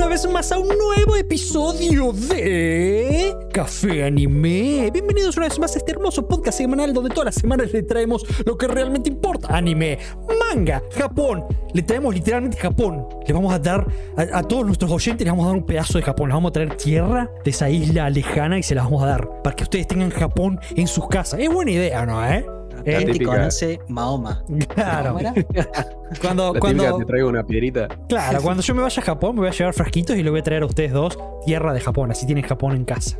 Ah, vez más a un nuevo episodio de Café Anime. Bienvenidos una vez más a este hermoso podcast semanal donde todas las semanas le traemos lo que realmente importa. Anime, manga, Japón. Le traemos literalmente Japón. Le vamos a dar a, a todos nuestros oyentes, les vamos a dar un pedazo de Japón. Les vamos a traer tierra de esa isla lejana y se las vamos a dar para que ustedes tengan Japón en sus casas. Es buena idea, ¿no? ¿Eh? La ¿Eh? Este, típica. Gente conoce Mahoma. Claro. ¿Cómo era? Cuando, La típica, cuando, te traigo una piedrita. Claro, cuando yo me vaya a Japón me voy a llevar frasquitos y le voy a traer a ustedes dos tierra de Japón, así tienen Japón en casa.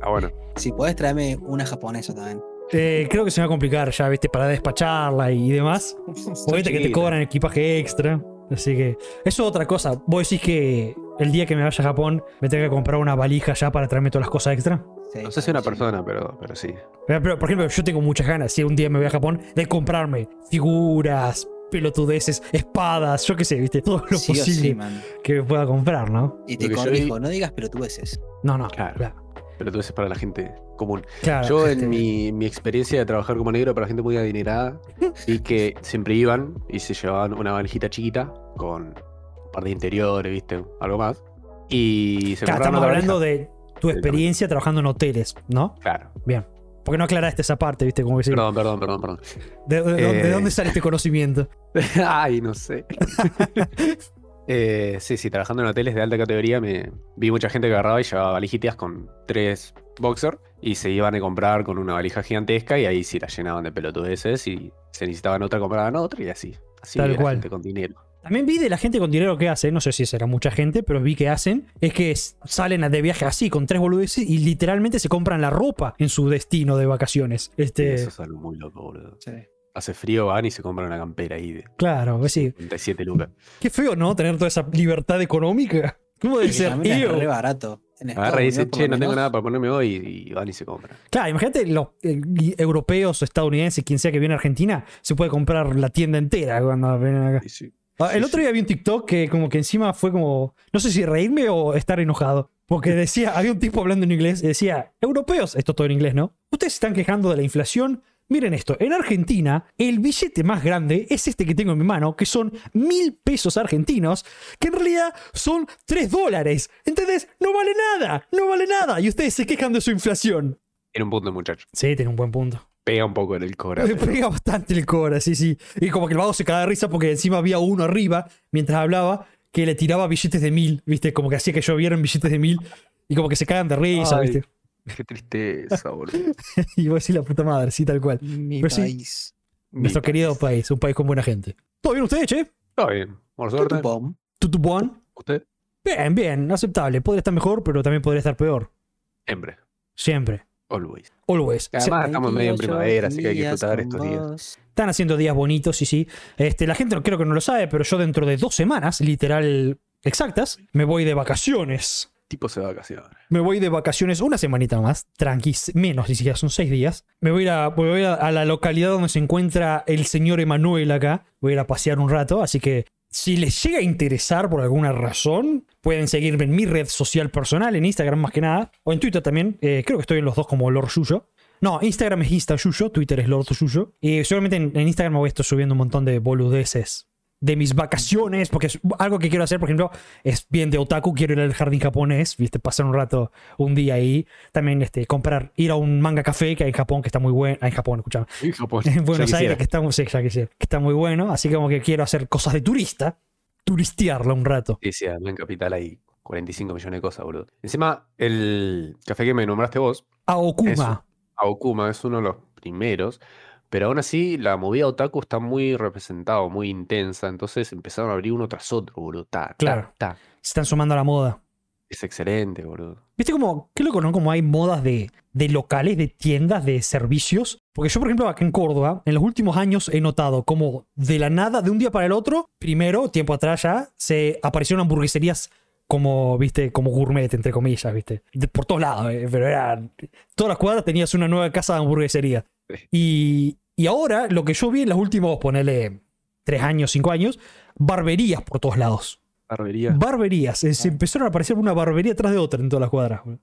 Ah, bueno. Si podés traerme una japonesa también. Eh, creo que se me va a complicar ya, viste, para despacharla y demás. Porque viste que te chiquita. cobran equipaje extra. Así que eso es otra cosa. ¿Vos decís que el día que me vaya a Japón me tenga que comprar una valija ya para traerme todas las cosas extra? Sí, No sé si una sí. persona, pero, pero sí. Eh, Pero, por ejemplo, yo tengo muchas ganas, si un día me voy a Japón, de comprarme figuras, pelotudeces, espadas, yo qué sé, viste, todo lo Sí o posible sí, man. que pueda comprar, ¿no? Y Lo te que yo corrijo, vi- no digas pelotudeces. No, no. Claro. Claro. Pero tú dices para la gente común. claro, este, Yo, gente. en mi, mi experiencia de trabajar como negro para gente muy adinerada, vi que siempre iban y se llevaban una valijita chiquita con un par de interiores, ¿viste? Algo más. Y se Claro, compraban estamos otra hablando valija. de tu experiencia trabajando en hoteles, ¿no? Claro. Porque no aclaraste esa parte, ¿viste? Como que sí. Perdón, perdón, perdón, perdón. ¿De, de- de- Eh. de dónde sale este conocimiento? Ay, no sé. Eh, sí, sí, trabajando en hoteles de alta categoría me vi mucha gente que agarraba y llevaba valijitas con tres boxer y se iban a comprar con una valija gigantesca y ahí sí la llenaban de pelotudeces y se necesitaban otra, compraban otra y así. Así Tal era cual. gente con dinero. También vi de la gente con dinero que hace, no sé si será mucha gente, pero vi que hacen, es que s- salen de viaje así, con tres boludeces, y literalmente se compran la ropa en su destino de vacaciones. Y Este, Eso es algo muy loco, boludo. Sí. Hace frío, van y se compran una campera ahí de claro, que Pues sí. 37 lucas. Qué feo, ¿no? Tener toda esa libertad económica. ¿Cómo debe Y ser? también es Ew. re barato. En Estados Agarra y dice, Unidos, por lo che, no tengo menos, nada para ponerme hoy y van y se compran. Claro, imagínate los eh, y- europeos, estadounidenses, quien sea que viene a Argentina, se puede comprar la tienda entera cuando vienen acá. Y sí. Ah, el Sí, otro día vi un TikTok que como que encima fue como, no sé si reírme o estar enojado, porque decía, había un tipo hablando en inglés y decía, europeos, esto todo en inglés, ¿no? Ustedes se están quejando de la inflación. Miren esto, en Argentina el billete más grande es este que tengo en mi mano, que son mil pesos argentinos, que en realidad son tres dólares. Entonces, no vale nada, no vale nada. Y ustedes se quejan de su inflación. Era un punto, muchacho. Sí, tiene un buen punto. Pega un poco en el cobra. Le pega bastante el cobra, sí, sí. Y como que el vago se cagaba de risa porque encima había uno arriba, mientras hablaba, que le tiraba billetes de mil, ¿viste? Como que hacía que llovieran billetes de mil y como que se cagan de risa, Ay. ¿viste? Qué tristeza, boludo. Y vos decís la puta madre, sí, tal cual. Mi Pero sí. país. Nuestro Mi querido país. país, un país con buena gente. ¿Todo bien ustedes, che? Está bien. Por suerte. Tutupom. ¿Tutupón? Usted, Bien, bien, aceptable. Podría estar mejor, pero también podría estar peor. siempre. Siempre. Always. Always. Se- Además, estamos medio en 28 primavera, así que hay que días disfrutar con estos días. vos. Están haciendo días bonitos, sí, sí. Este, la gente no creo que no lo sabe, pero yo dentro de dos semanas, literal exactas, me voy de vacaciones. Tipo se va a vacacionar. Me voy de vacaciones una semanita más, tranquis, menos, ni siquiera son seis días. Me voy a ir a, me voy a, ir a la localidad donde se encuentra el señor Emanuel acá. Voy a ir a pasear un rato, así que si les llega a interesar por alguna razón, pueden seguirme en mi red social personal, en Instagram más que nada, o en Twitter también. Eh, creo que estoy en los dos como Lord Yuyo. No, Instagram es Insta Yuyo, Twitter es Lord Yuyo. Y seguramente en, en Instagram me voy a estar subiendo un montón de boludeces de mis vacaciones, porque es algo que quiero hacer, por ejemplo, es bien de otaku, quiero ir al jardín japonés, viste, pasar un rato, un día ahí, también este, comprar, ir a un manga café que hay en Japón, que está muy bueno, en Japón, escuchame, pues, en Buenos Aires, que está, muy- sí, ya quisiera, que está muy bueno, así como que quiero hacer cosas de turista, turistearla un rato. Sí, sí, acá en Capital hay 45 millones de cosas, boludo. Encima, el café que me nombraste vos, Aokuma, Eso. Aokuma, es uno de los primeros. Pero aún así, la movida otaku está muy representada, muy intensa. Entonces empezaron a abrir uno tras otro, boludo. Ta, ta, Claro. ta. se están sumando a la moda. Es excelente, boludo. Viste como, qué loco, ¿no? Como hay modas de, de locales, de tiendas, de servicios. Porque yo, por ejemplo, acá en Córdoba, en los últimos años he notado como de la nada, de un día para el otro, primero, tiempo atrás ya, se aparecieron hamburgueserías como, viste, como gourmet, entre comillas, viste. De- por todos lados, eh, pero era... Todas las cuadras tenías una nueva casa de hamburguesería. Y, y ahora, lo que yo vi en los últimos, ponele, tres años, cinco años, barberías por todos lados. Barbería. Barberías. eh, Se empezaron a aparecer una barbería tras de otra en todas las cuadras. güey.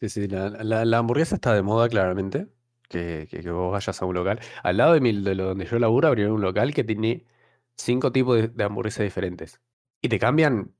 Sí, sí, la, la- la hamburguesa está de moda claramente, que, que- que vos vayas a un local. Al lado de, mi, de lo donde yo laburo abrieron un local que tiene cinco tipos de, de hamburguesas diferentes. Y te cambian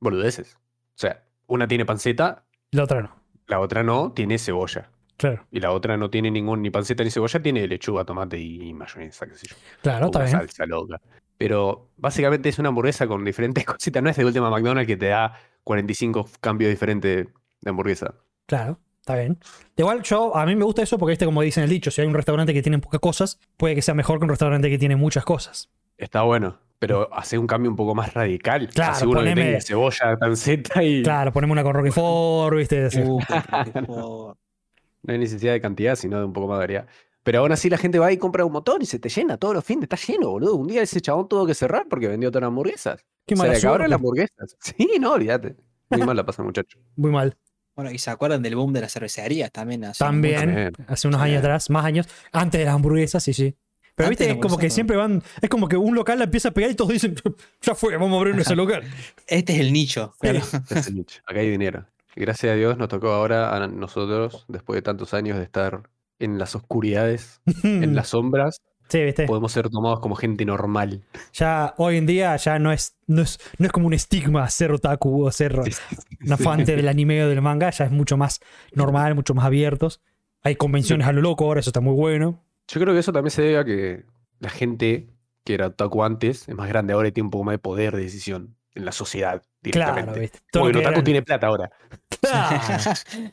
boludeces. O sea, una tiene panceta, La otra no. la otra no, tiene cebolla. Claro, Y la otra no tiene ningún, ni panceta ni cebolla, tiene lechuga, tomate y mayonesa, qué sé yo. claro, o está una bien. salsa loca. Pero básicamente es una hamburguesa con diferentes cositas. No es de última McDonald's que te da 45 cambios diferentes de hamburguesa. Claro, está bien. Igual yo, a mí me gusta eso porque, este, como dicen el dicho, si hay un restaurante que tiene pocas cosas, puede que sea mejor que un restaurante que tiene muchas cosas. Está bueno, pero hace un cambio un poco más radical. Claro, Hace uno que poneme- tenga cebolla, panceta y Claro, ponemos una con Roquefort, ¿viste? "Ah, Así. Uh, qué rico. no hay necesidad de cantidad, sino de un poco más de variedad. Pero aún así la gente va y compra un montón y se te llena todos los fines. Está lleno, boludo. Un día ese chabón tuvo que cerrar porque vendió todas las hamburguesas. Qué se mala le acabaron suerte. las hamburguesas. Sí, no, olvídate. Muy mal la pasa el muchacho. Muy mal. Bueno, y se acuerdan del boom de las cervecerías también. hace no mucho. También, Bien. hace unos Sí. años atrás, más años, antes de las hamburguesas, sí, sí. Pero Antes viste, de las es como que hamburguesas, siempre van, es como que un local la empieza a pegar y todos dicen, ya fue, vamos a abrir ese local. Este es el nicho. claro. Ese nicho. Acá hay dinero. Y Gracias a Dios nos tocó ahora a nosotros, después de tantos años de estar en las oscuridades, en las sombras, Sí, viste. podemos ser tomados como gente normal. Ya hoy en día ya no es, no es, no es como un estigma ser otaku o ser un afante del anime o del manga, ya es mucho más normal, mucho más abiertos. Hay convenciones a lo loco ahora, eso está muy bueno. Yo creo que eso también se debe a que la gente que era otaku antes es más grande ahora y tiene un poco más de poder de decisión en la sociedad Claro, directamente. ¿viste? Todo Porque lo el que otaku eran- tiene plata ahora. Claro.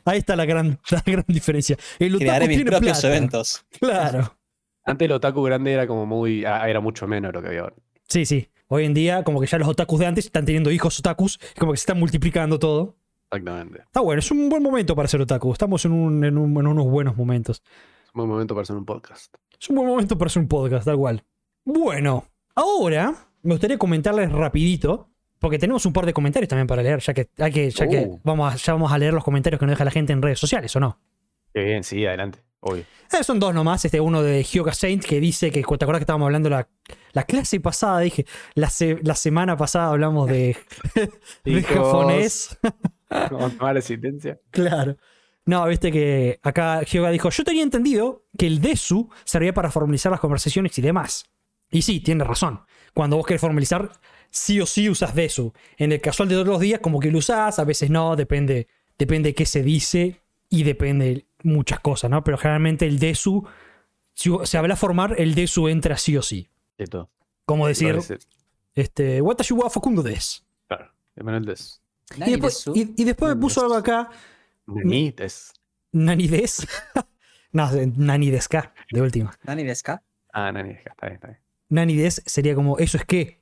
Ahí está la gran, la gran diferencia. El otaku Crearé mis tiene propios plata. eventos. Claro. Antes el otaku grande era como muy, ah, era mucho menos lo que había ahora. Sí, sí. Hoy en día, como que ya los otakus de antes están teniendo hijos otakus, como que se está multiplicando todo. Exactamente. Está bueno, es un buen momento para ser otaku. Estamos en, un- en un- en unos buenos momentos. Es un buen momento para hacer un podcast. Es un buen momento para hacer un podcast, tal cual. Bueno, ahora me gustaría comentarles rapidito, porque tenemos un par de comentarios también para leer, ya que, hay que, ya que Uh. vamos a, ya vamos a leer los comentarios que nos deja la gente en redes sociales, ¿o no? Qué bien, sí, adelante. Obvio. Eh, son dos nomás. Este, uno de Hyoga Saint que dice que, ¿te acuerdas que estábamos hablando la, la clase pasada? Dije, la, se- la semana pasada hablamos de, de Chicos. japonés. Vamos a tomar la asistencia. Claro. No, viste que acá Hyoga dijo, yo tenía entendido que el DESU servía para formalizar las conversaciones y demás. Y sí, tiene razón. Cuando vos querés formalizar, sí o sí usas DESU. En el casual de todos los días, como que lo usás, a veces no, depende, depende qué se dice y depende muchas cosas, ¿no? Pero generalmente el DESU, si se habla formal, el DESU entra sí o sí. De todo. Como Lo decir, de ser- este, what you wa Facundo des? Claro. Emanuel des. Y Nadie después, le su- y- y después me puso algo acá Nani des. Nanides. no, Nanidesca, de última. Nadie le esca- Ah, Nani des. Está bien, está bien. Nanides sería como, eso es qué.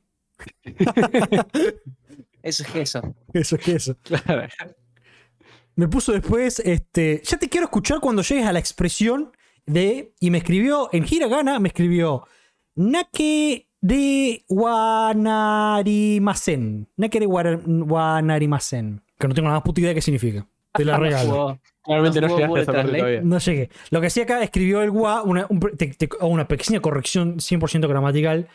Eso es eso. Eso es qué, eso. Claro. Me puso después, este, ya te quiero escuchar cuando llegues a la expresión de, y me escribió, en hiragana me escribió, Nake de Wanarimasen. Nake de Wara- Wanarimasen. Que no tengo nada más puta idea de qué significa. Te la regalo. Jugó- Claramente no Los huevos llegaste a de esa parte Translate. todavía. No llegué. Lo que sí acá escribió el gua, una, un pre- te- te- o una pequeña corrección 100% gramatical.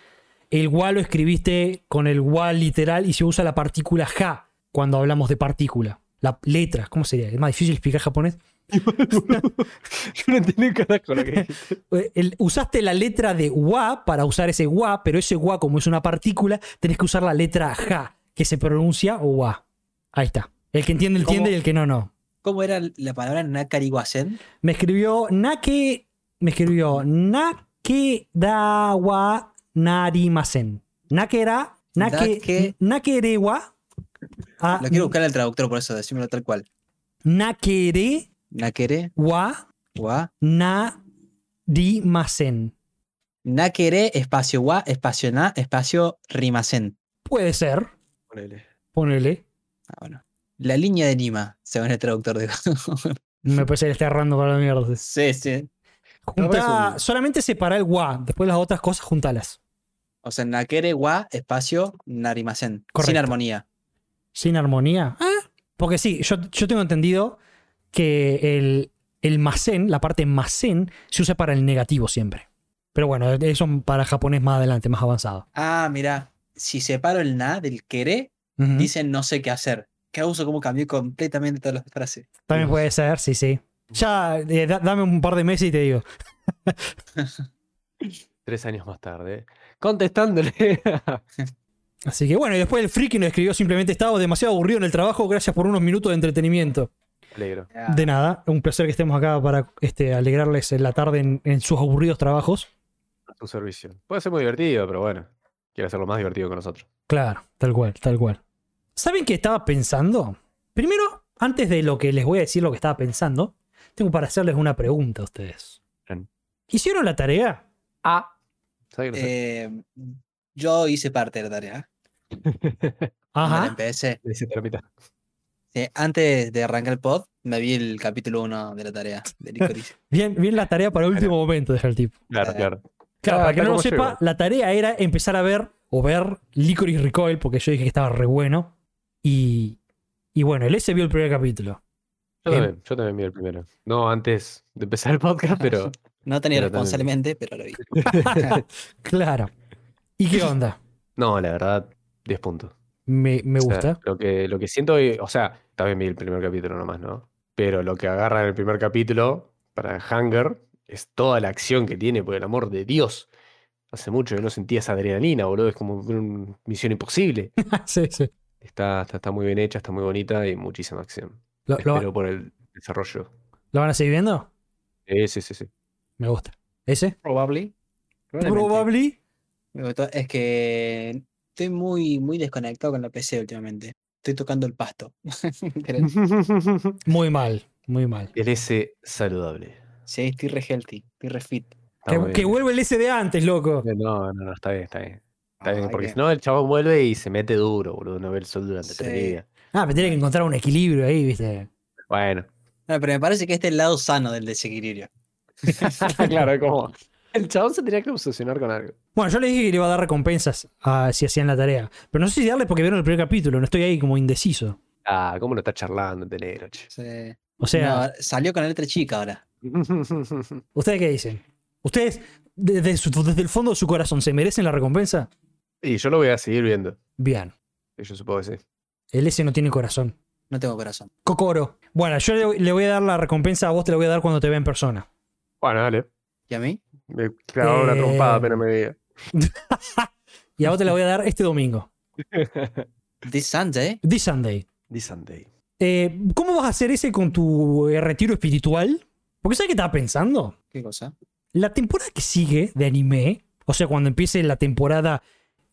El gua lo escribiste con el gua literal y se usa la partícula ja cuando hablamos de partícula. La letra, ¿cómo sería? Es más difícil explicar japonés. Yo no entiendo un carajo lo que dijiste. Eh, el- usaste la letra de gua para usar ese gua, pero ese gua, como es una partícula, tenés que usar la letra ja, que se pronuncia gua. Ahí está. El que entiende, entiende y el que no, no. ¿Cómo era la palabra Nakariguasen? Me escribió Nake. Me escribió Nakedawa Narimasen. Nakera. Nake, Nake- nakerewa. a- Lo quiero buscar al traductor, por eso decímelo tal cual. Nakerewa Nakere wa. Narimasen. Nakere espacio wa espacio na espacio rimasen. Puede ser. Ponele. Ponele. Ah, bueno. La línea de Nima, según el traductor de Me parece que está errando para la mierda. Sí, sí. Junta- es un- solamente separa el wa. Después las otras cosas, juntalas. O sea, Nakere wa espacio narimasen. Sin Correcto. armonía. Sin armonía. Ah, Porque sí, yo, yo tengo entendido que el, el masen, la parte masen, se usa para el negativo siempre. Pero bueno, eso para japonés más adelante, más avanzado. Ah, mira. Si separo el na del quere, Ujú. dicen no sé qué hacer. Qué uso cómo cambió completamente todas las frases. También puede ser, sí, sí. Ya, eh, da- dame un par de meses y te digo. Tres años más tarde. Contestándole. Así que bueno, y después el friki nos escribió simplemente estaba demasiado aburrido en el trabajo, gracias por unos minutos de entretenimiento. Alegro. Ah, De nada, un placer que estemos acá para este, alegrarles en la tarde en, en sus aburridos trabajos. A tu servicio. Puede ser muy divertido, pero bueno. Quiere hacerlo más divertido con nosotros. Claro, tal cual, tal cual. ¿Saben qué estaba pensando? Primero, antes de lo que les voy a decir lo que estaba pensando, tengo para hacerles una pregunta a ustedes. Bien. ¿Hicieron la tarea? Ah. ¿Sabes que no sé? Eh, yo hice parte de la tarea. cuando la Ajá. empecé. Le hice termita. Sí, antes de arrancar el pod, me vi el capítulo 1 de la tarea de Licorice. Bien, bien la tarea para último momento, deja el tipo. Claro, Eh, claro. Claro, Ah, para que tal no lo como sepa, llego. la tarea era empezar a ver o ver Licorice Recoil, porque yo dije que estaba re bueno. Y, y bueno, el S vio el primer capítulo. Yo Bien. también, yo también vi el primero. No antes de empezar el podcast, pero No tenía Pero también. responsablemente, pero lo vi. Claro. ¿Y qué onda? no, la verdad, 10 puntos. Me, me O sea, gusta. lo, que, lo que siento, eh, o sea, también vi el primer capítulo nomás, ¿no? Pero lo que agarra en el primer capítulo para Hunger es toda la acción que tiene, por el amor de Dios. Hace mucho que no sentía esa adrenalina, boludo. Es como una misión imposible. Sí, sí. Está, está, está muy bien hecha, está muy bonita y muchísima acción. ¿Lo, lo- Espero por el desarrollo. lo van a seguir viendo? Eh, sí, sí, sí. Me gusta. ¿Ese? Probably. Probably. Me gustó- Es que estoy muy, muy desconectado con la PC últimamente. Estoy tocando el pasto. Pero Mm. Muy mal, muy mal. El S saludable. sí, estoy re healthy, estoy re fit. Está Que, muy que bien. vuelve el S de antes, loco. No, no, no, está bien, está bien. Está bien, Ay, porque que- si no, el chabón vuelve y se mete duro, boludo. No ve el sol durante tres Sí. días. Ah, pero tiene que encontrar un equilibrio ahí, ¿viste? Bueno, No, pero me parece que este es el lado sano del desequilibrio. claro, es como. El chabón se tenía que obsesionar con algo. Bueno, yo les dije que le iba a dar recompensas a- si hacían la tarea. Pero no sé si darles porque vieron el primer capítulo. No estoy ahí como indeciso. Ah, ¿cómo lo está charlando este negro, che? Sí. O sea, No, salió con la letra chica ahora. ¿Ustedes qué dicen? ¿Ustedes, desde, su- desde el fondo de su corazón, se merecen la recompensa? Y yo lo voy a seguir viendo. Bien, Y Yo supongo que sí. el S no tiene corazón. No tengo corazón. Cocoro. Bueno, yo le, le voy a dar la recompensa, a vos te la voy a dar cuando te vea en persona. Bueno, dale. ¿Y a mí? Me clavaron una Eh. trompada apenas me veía. Y a vos te la voy a dar este domingo. This Sunday. This Sunday. This Sunday. Eh, ¿Cómo vas a hacer ese con tu eh, retiro espiritual? Porque ¿sabes qué estaba pensando? ¿Qué cosa? La temporada que sigue de anime, o sea, cuando empiece la temporada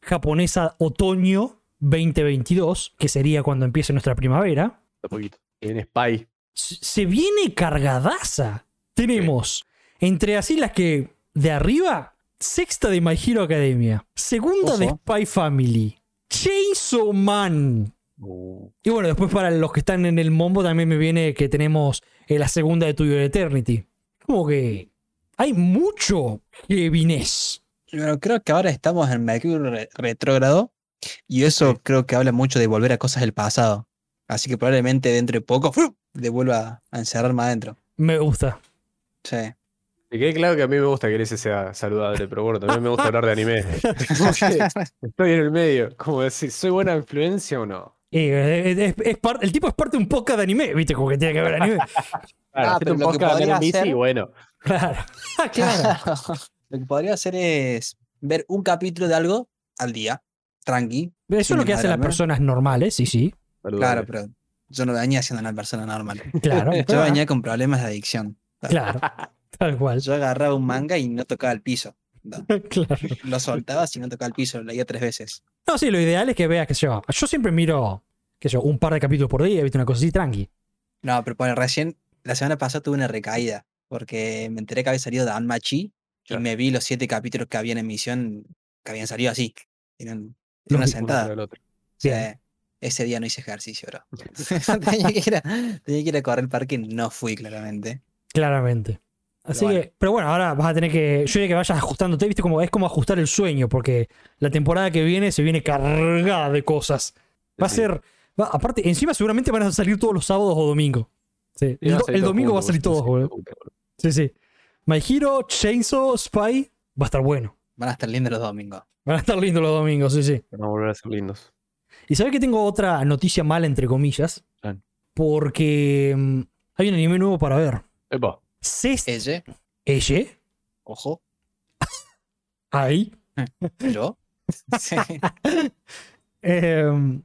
japonesa otoño 2022, que sería cuando empiece nuestra primavera, De poquito. En Spy. se se viene cargadaza. Tenemos entre así las que de arriba, sexta de My Hero Academia, segunda de Ojo. Spy Family, Chainsaw Man. Uh. Y bueno, después para los que están en el mombo también me viene que tenemos eh, la segunda de Tuyo de Eternity. Como que hay mucho Kevinés. Bueno, creo que ahora estamos en Mercurio re- retrógrado y eso creo que habla mucho de volver a cosas del pasado. Así que probablemente dentro de poco ¡fuu! le vuelva a encerrar más adentro. Me gusta. Sí. Y quede claro que a mí me gusta que el S sea saludable, pero bueno, también me gusta hablar de anime. Estoy en el medio. Como decir, ¿soy buena influencia o no? Eh, es- es- es par- el tipo es parte de un podcast de anime, ¿viste? Como que tiene que ver anime. Claro, Ah, hacete pero un lo que podcast de podría Menem Bici, hacer- bueno. Claro. Ah, claro. Lo que podría hacer es ver un capítulo de algo al día, tranqui. Eso es lo que Madre hacen las mía. personas normales, sí, sí. Claro, saludable. pero yo no venía siendo una persona normal. Claro. Yo venía con problemas de adicción. Claro, tal cual. Yo agarraba un manga y no tocaba el piso. No, Claro. Lo soltaba si no tocaba el piso, lo leía tres veces. No, sí, lo ideal es que veas, qué sé yo. Yo siempre miro, qué sé yo, un par de capítulos por día, viste, una cosa así tranqui. No, pero bueno, recién, la semana pasada tuve una recaída, porque me enteré que había salido Dan Machi y Claro. me vi los siete capítulos que había en emisión, que habían salido así, en, un- en Los una vi- Uno tras sentada. el otro. Sí, Bien. ese día no hice ejercicio, bro. tenía, que ir a, tenía que ir a correr al parque, no fui claramente. Claramente. Así Pero que, pero bueno, ahora vas a tener que. Yo diría que vayas ajustándote, viste, como es como ajustar el sueño, porque la temporada que viene se viene cargada de cosas. Va a Sí. ser. va- aparte, encima seguramente van a salir todos los sábados o domingos. Sí. Y El, van do- salir el todos domingo va a juntos, salir todos, boludo. boludo. Sí, sí. My Hero, Chainsaw, Spy, va a estar bueno. Van a estar lindos los domingos. Van a estar lindos los domingos, sí, sí. Van a volver a ser lindos. Y sabes que tengo otra noticia mala, entre comillas. Claro. Porque mm, hay un anime nuevo para ver. Epa, Cest Eh. Ella, Eye. ojo, Ahí. yo. Sí. Eh,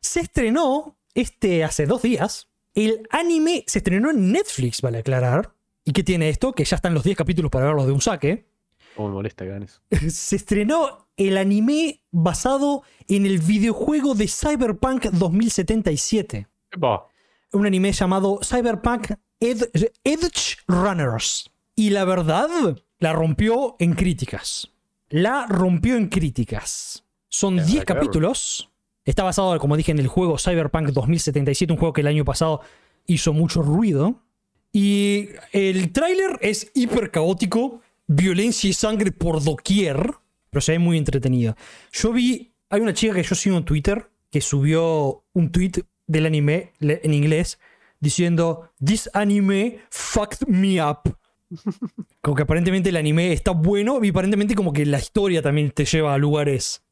se estrenó este hace dos días. El anime se estrenó en Netflix, vale aclarar. ¿Y qué tiene esto? Que ya están los 10 capítulos para verlos de un saque. ¿Cómo me molesta que hagan eso? se estrenó el anime basado en el videojuego de Cyberpunk 2077. Bah, Un anime llamado Cyberpunk Ed- Edge Runners. Y la verdad, la rompió en críticas. La rompió en críticas. Son Habrá 10 que verlo. capítulos. Está basado, como dije, en el juego Cyberpunk 2077, un juego que el año pasado hizo mucho ruido. Y el tráiler es hiper caótico, violencia y sangre por doquier, pero se ve muy entretenido. Yo vi, hay una chica que yo sigo en Twitter que subió un tweet del anime le- en inglés diciendo, This anime fucked me up. Como que aparentemente el anime está bueno y aparentemente como que la historia también te lleva a lugares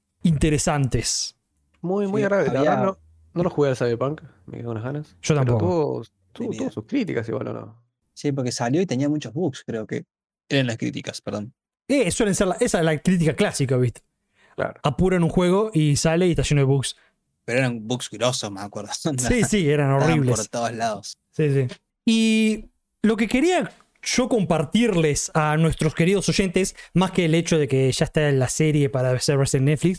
interesantes. Muy, muy Sí, agradable. La había- verdad, no, no lo jugué al Cyberpunk. Me quedé unas ganas. Yo Pero tampoco. tuvo, tuvo, Tenía. tuvo sus críticas igual, ¿o no? Sí, porque salió y tenía muchos bugs, creo que. Eran las críticas, perdón. Eh, suelen ser la- esa es la crítica clásica, ¿viste? Claro. Apuran un juego y sale y está lleno de bugs. Pero eran bugs grosos, me acuerdo. Sí, sí, eran Estaban horribles. por todos lados. Sí, sí. Y lo que quería yo compartirles a nuestros queridos oyentes, más que el hecho de que ya está en la serie para verse en Netflix,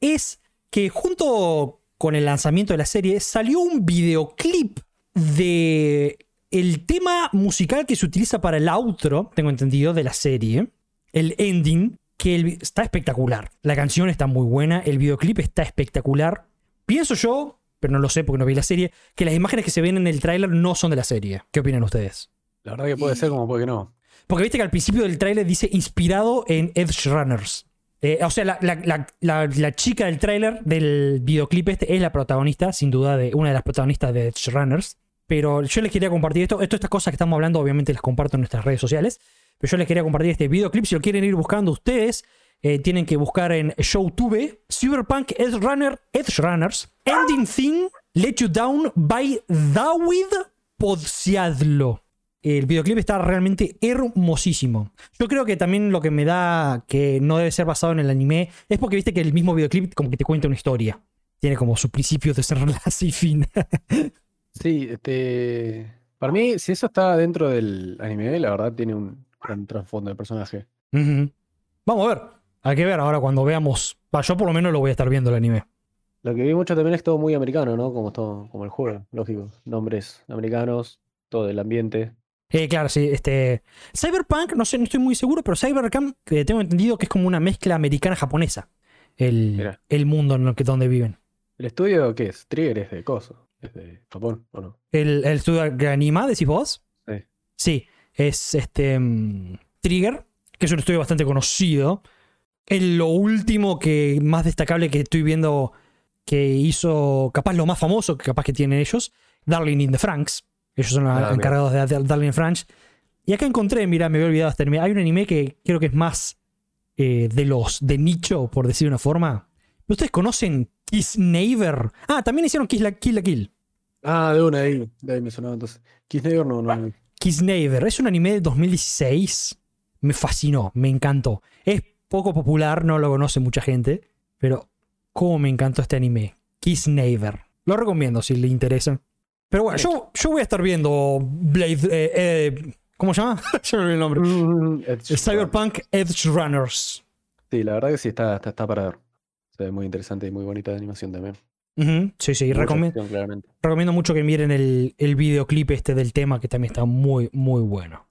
es que junto con el lanzamiento de la serie salió un videoclip de el tema musical que se utiliza para el outro, tengo entendido, de la serie, el ending, que el vi- está espectacular. La canción está muy buena, el videoclip está espectacular. Pienso yo, pero no lo sé porque no vi la serie, que las imágenes que se ven en el tráiler no son de la serie. ¿Qué opinan ustedes? La verdad que puede Y- ser como puede que no. Porque viste que al principio del tráiler dice inspirado en Edge Runners. Eh, o sea, la, la- la- la- la chica del tráiler, del videoclip este, es la protagonista, sin duda, de una de las protagonistas de Edge Runners. Pero yo les quería compartir esto. Esto, estas cosas que estamos hablando, obviamente las comparto en nuestras redes sociales. Pero yo les quería compartir este videoclip. Si lo quieren ir buscando ustedes, eh, tienen que buscar en Showtube, Cyberpunk Edge Runner, Edge Runners, Ending Thing, Let You Down by Dawid Podsiadlo. El videoclip está realmente hermosísimo. Yo creo que también lo que me da que no debe ser basado en el anime es porque viste que el mismo videoclip como que te cuenta una historia. Tiene como su principio, desenlace y fin. Sí, este. Para mí, si eso está dentro del anime, la verdad tiene un gran trasfondo de personaje. Ujú. Vamos a ver. Hay que ver ahora cuando veamos. Va, yo por lo menos lo voy a estar viendo el anime. Lo que vi mucho también es todo muy americano, ¿no? Como, es todo, como el juego, lógico. Nombres americanos, todo el ambiente. Eh, claro, sí, este. Cyberpunk, no sé, no estoy muy seguro, pero Cyberpunk eh, tengo entendido que es como una mezcla americana-japonesa. El, Mira. el mundo en el que donde viven. ¿El estudio qué es? Trigger es de Coso. ¿Es de Japón o no? El, el estudio que anima, decís vos. Sí. Sí, es este mm, Trigger, que es un estudio bastante conocido. El, lo último que más destacable que estoy viendo que hizo, capaz lo más famoso que capaz que tienen ellos, Darling in the Franks. Ellos son los Ah, mira. encargados de Dar- Darling in Franks. Y acá encontré, mira, me había olvidado este anime. Hay un anime que creo que es más eh, de los de nicho, por decir de una forma. ¿Ustedes conocen Kiss Neighbor? Ah, también hicieron Kiss la Kill la Kill. Ah, de una de ahí, de ahí me sonaba entonces. Kiss Neighbor no, no. no. Kiss Neighbor es un anime de 2016. Me fascinó, me encantó. Es poco popular, no lo conoce mucha gente, pero cómo me encantó este anime. Kiss Neighbor. Lo recomiendo si le interesa. Pero bueno, yo, yo voy a estar viendo Blade. eh, eh, ¿Cómo se llama? Yo me olvidé el nombre. Mm, Edge El Cyberpunk Edge Runners. Sí, la verdad que sí está, está, está para ver. Se ve muy interesante y muy bonita de animación también. Ujú, Sí, sí, Mucha recomiendo. acción, claramente. recomiendo mucho que miren el, el videoclip este del tema que también está muy, muy bueno.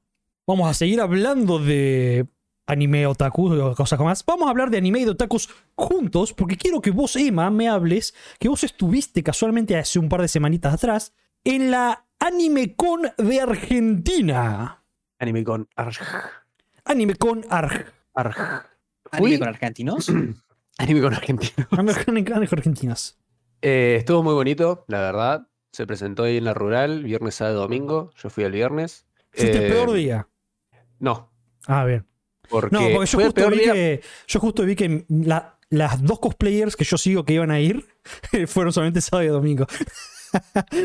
Vamos a seguir hablando de anime otakus o cosas como más. Vamos a hablar de anime y de otakus juntos porque quiero que vos, Emma, me hables que vos estuviste casualmente hace un par de semanitas atrás en la AnimeCon de Argentina. Anime con Arj. AnimeCon Arg. Arj. ¿Anime Fui- con argentinos? Anime con argentino. AnimeCon Argentinas. Eh, estuvo muy bonito, la verdad. Se presentó ahí en la rural, viernes, sábado, domingo. Yo fui el viernes. Fuiste el Eh, peor día. No, A ver. porque, No, porque yo fue el justo, peor vi día. que, yo justo vi que la- las dos cosplayers que yo sigo que iban a ir fueron solamente sábado y domingo.